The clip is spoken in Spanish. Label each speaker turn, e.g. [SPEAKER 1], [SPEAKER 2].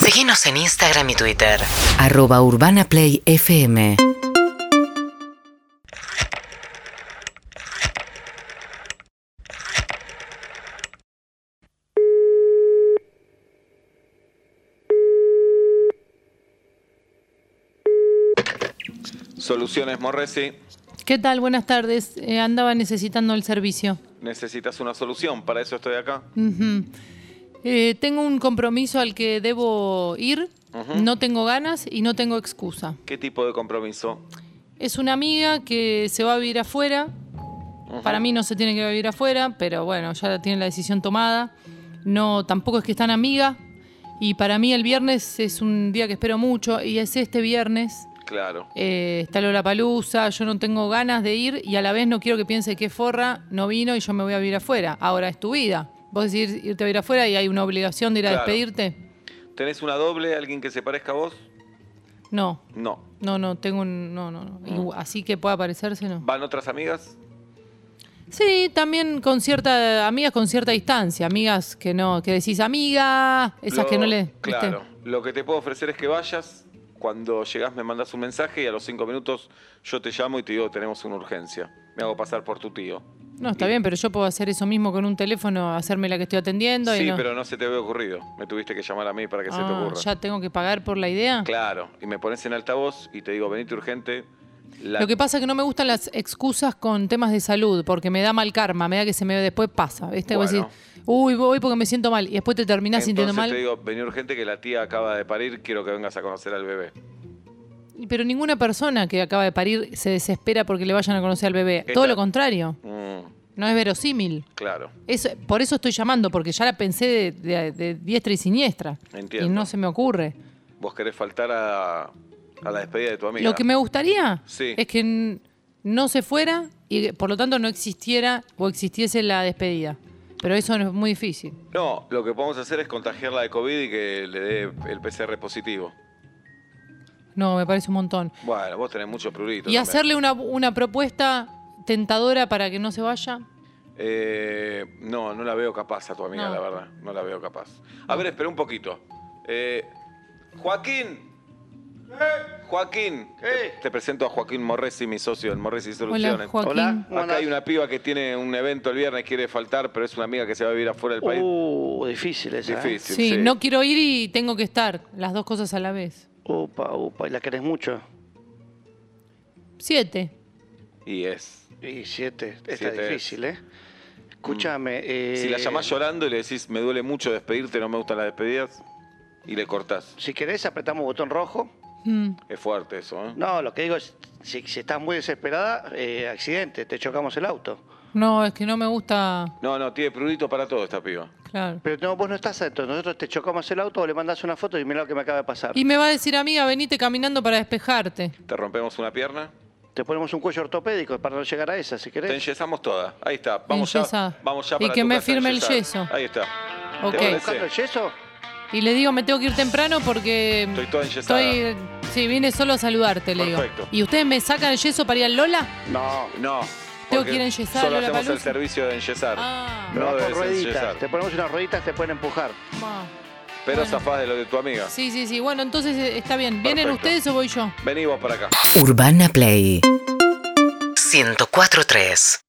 [SPEAKER 1] Seguinos en Instagram y Twitter.
[SPEAKER 2] arroba urbanaplayfm
[SPEAKER 3] Soluciones Morresi,
[SPEAKER 4] ¿Qué tal? Buenas tardes. Eh, andaba necesitando el servicio.
[SPEAKER 3] necesitas una solución, para eso estoy acá.
[SPEAKER 4] Ujú. Eh, tengo un compromiso al que debo ir. No tengo ganas y no tengo excusa.
[SPEAKER 3] ¿Qué tipo de compromiso?
[SPEAKER 4] Es una amiga que se va a vivir afuera. Para mí no se tiene que vivir afuera, pero bueno, ya tiene la decisión tomada. No, tampoco es que es tan amiga. Y para mí el viernes es un día que espero mucho y es este viernes.
[SPEAKER 3] Claro.
[SPEAKER 4] Eh, está la Palusa, yo no tengo ganas de ir y a la vez no quiero que piense que forra, no vino y yo me voy a vivir afuera. Ahora es tu vida. Vos decís irte a vivir afuera y hay una obligación de ir a
[SPEAKER 3] Claro.
[SPEAKER 4] despedirte.
[SPEAKER 3] ¿Tenés una doble, alguien que se parezca a vos?
[SPEAKER 4] No,
[SPEAKER 3] No.
[SPEAKER 4] no, no, tengo un. No, no, no.
[SPEAKER 3] Ah.
[SPEAKER 4] Y Así que pueda parecerse, no.
[SPEAKER 3] ¿Van otras amigas?
[SPEAKER 4] Sí, también con cierta. Amigas con cierta distancia, amigas que no. que decís amiga, esas
[SPEAKER 3] Lo-
[SPEAKER 4] que no le. ¿viste?
[SPEAKER 3] Claro. Lo que te puedo ofrecer es que vayas, cuando llegás me mandas un mensaje y a los cinco minutos yo te llamo y te digo, tenemos una urgencia. Me hago pasar por tu tío.
[SPEAKER 4] No, está bien, pero yo puedo hacer eso mismo con un teléfono, hacerme la que estoy atendiendo. y
[SPEAKER 3] sí,
[SPEAKER 4] no-
[SPEAKER 3] pero no se te había ocurrido. Me tuviste que llamar a mí para que se te
[SPEAKER 4] Ah,
[SPEAKER 3] ocurra.
[SPEAKER 4] ya tengo que pagar por la idea.
[SPEAKER 3] Claro. Y me pones en altavoz y te digo, venite urgente. La-
[SPEAKER 4] Lo que pasa es que no me gustan las excusas con temas de salud, porque me da mal karma, me da que se me después pasa. ¿viste? Vos
[SPEAKER 3] Bueno.
[SPEAKER 4] decís, uy, voy porque me siento mal, y después te terminás sintiendo
[SPEAKER 3] Entonces
[SPEAKER 4] mal.
[SPEAKER 3] te digo, vení urgente que la tía acaba de parir, quiero que vengas a conocer al bebé.
[SPEAKER 4] Pero ninguna persona que acaba de parir se desespera porque le vayan a conocer al bebé.
[SPEAKER 3] Esta-
[SPEAKER 4] Todo lo contrario,
[SPEAKER 3] Mm,
[SPEAKER 4] no es verosímil.
[SPEAKER 3] claro.
[SPEAKER 4] Eso- por eso estoy llamando, porque ya la pensé de, de- de diestra y siniestra.
[SPEAKER 3] Entiendo.
[SPEAKER 4] Y no se me ocurre.
[SPEAKER 3] Vos querés faltar a, a la despedida de tu amiga.
[SPEAKER 4] Lo que me gustaría
[SPEAKER 3] Sí.
[SPEAKER 4] es que n- no se fuera y que, por lo tanto no existiera o existiese la despedida. Pero eso no es muy difícil.
[SPEAKER 3] No, lo que podemos hacer es contagiarla de COVID y que le dé el PCR positivo.
[SPEAKER 4] No, me parece un montón.
[SPEAKER 3] Bueno, vos tenés muchos pruritos.
[SPEAKER 4] Y
[SPEAKER 3] también.
[SPEAKER 4] hacerle una, una propuesta tentadora para que no se vaya.
[SPEAKER 3] Eh, no, no la veo capaz a tu amiga,
[SPEAKER 4] No.
[SPEAKER 3] la verdad. No la veo capaz. A ver, espera un poquito. Eh, Joaquín. Joaquín. Te, te presento a Joaquín Morresi, mi socio en Morresi Soluciones.
[SPEAKER 4] Joaquín. Hola.
[SPEAKER 3] Acá hay una piba que tiene un evento el viernes, quiere faltar, pero es una amiga que se va a vivir afuera del este país.
[SPEAKER 5] Uh, difícil esa. ¿eh?
[SPEAKER 3] Difícil.
[SPEAKER 4] Sí, no quiero ir y tengo que estar. Las dos cosas a la vez.
[SPEAKER 5] Upa, upa, y la querés mucho.
[SPEAKER 4] Siete.
[SPEAKER 3] Y es.
[SPEAKER 5] Y siete, está
[SPEAKER 3] Siete es.
[SPEAKER 5] difícil, ¿eh? Escúchame. Eh,
[SPEAKER 3] Si la llamás llorando y le decís, me duele mucho despedirte, no me gustan las despedidas, y le cortás.
[SPEAKER 5] Si querés, apretamos botón rojo.
[SPEAKER 4] Mm.
[SPEAKER 3] Es fuerte eso, ¿eh?
[SPEAKER 5] No, lo que digo es, si, si estás muy desesperada, eh, accidente, te chocamos el auto.
[SPEAKER 4] No, es que no me gusta.
[SPEAKER 3] No, no, tiene prurito para todo esta piba.
[SPEAKER 4] Claro.
[SPEAKER 5] Pero no, vos no estás adentro, nosotros te chocamos el auto o le mandás una foto y mirá lo que me acaba de pasar.
[SPEAKER 4] Y me va a decir, amiga, venite caminando para despejarte.
[SPEAKER 3] Te rompemos una pierna.
[SPEAKER 5] Te ponemos un cuello ortopédico para no llegar a esa, si
[SPEAKER 3] Te
[SPEAKER 5] querés.
[SPEAKER 3] enyesamos toda. Ahí está. Vamos ya,
[SPEAKER 4] Enyesada.
[SPEAKER 3] vamos ya
[SPEAKER 4] Y
[SPEAKER 3] para
[SPEAKER 4] que
[SPEAKER 3] tu
[SPEAKER 4] me
[SPEAKER 3] casa
[SPEAKER 4] firme el
[SPEAKER 3] enyesada.
[SPEAKER 4] yeso.
[SPEAKER 3] Ahí está. ¿Te
[SPEAKER 4] Ok.
[SPEAKER 5] ¿Estás
[SPEAKER 3] parece?
[SPEAKER 5] buscando el yeso?
[SPEAKER 4] Y le digo, me tengo que ir temprano porque.
[SPEAKER 3] Estoy toda enyesada.
[SPEAKER 4] estoy- Sí, vine solo a saludarte, le digo.
[SPEAKER 3] Perfecto.
[SPEAKER 4] ¿Y ustedes me sacan el yeso para ir al Lola?
[SPEAKER 5] No.
[SPEAKER 3] No. porque
[SPEAKER 4] Tengo que ir a enyesar,
[SPEAKER 3] Solo
[SPEAKER 4] Lola
[SPEAKER 3] hacemos el
[SPEAKER 4] Palusa.
[SPEAKER 3] servicio de enyesar.
[SPEAKER 4] Ah,
[SPEAKER 3] No
[SPEAKER 5] No, con
[SPEAKER 3] debes
[SPEAKER 5] rueditas.
[SPEAKER 3] enyesar.
[SPEAKER 5] Te ponemos unas rueditas, te pueden empujar.
[SPEAKER 4] ma.
[SPEAKER 3] Pero
[SPEAKER 4] Bueno.
[SPEAKER 3] zafás de lo de tu amiga.
[SPEAKER 4] Sí, sí, sí. Bueno, entonces eh, está bien. ¿Vienen
[SPEAKER 3] Perfecto.
[SPEAKER 4] ustedes o voy yo?
[SPEAKER 3] Vení vos para acá.
[SPEAKER 2] Urbana Play
[SPEAKER 1] 104.3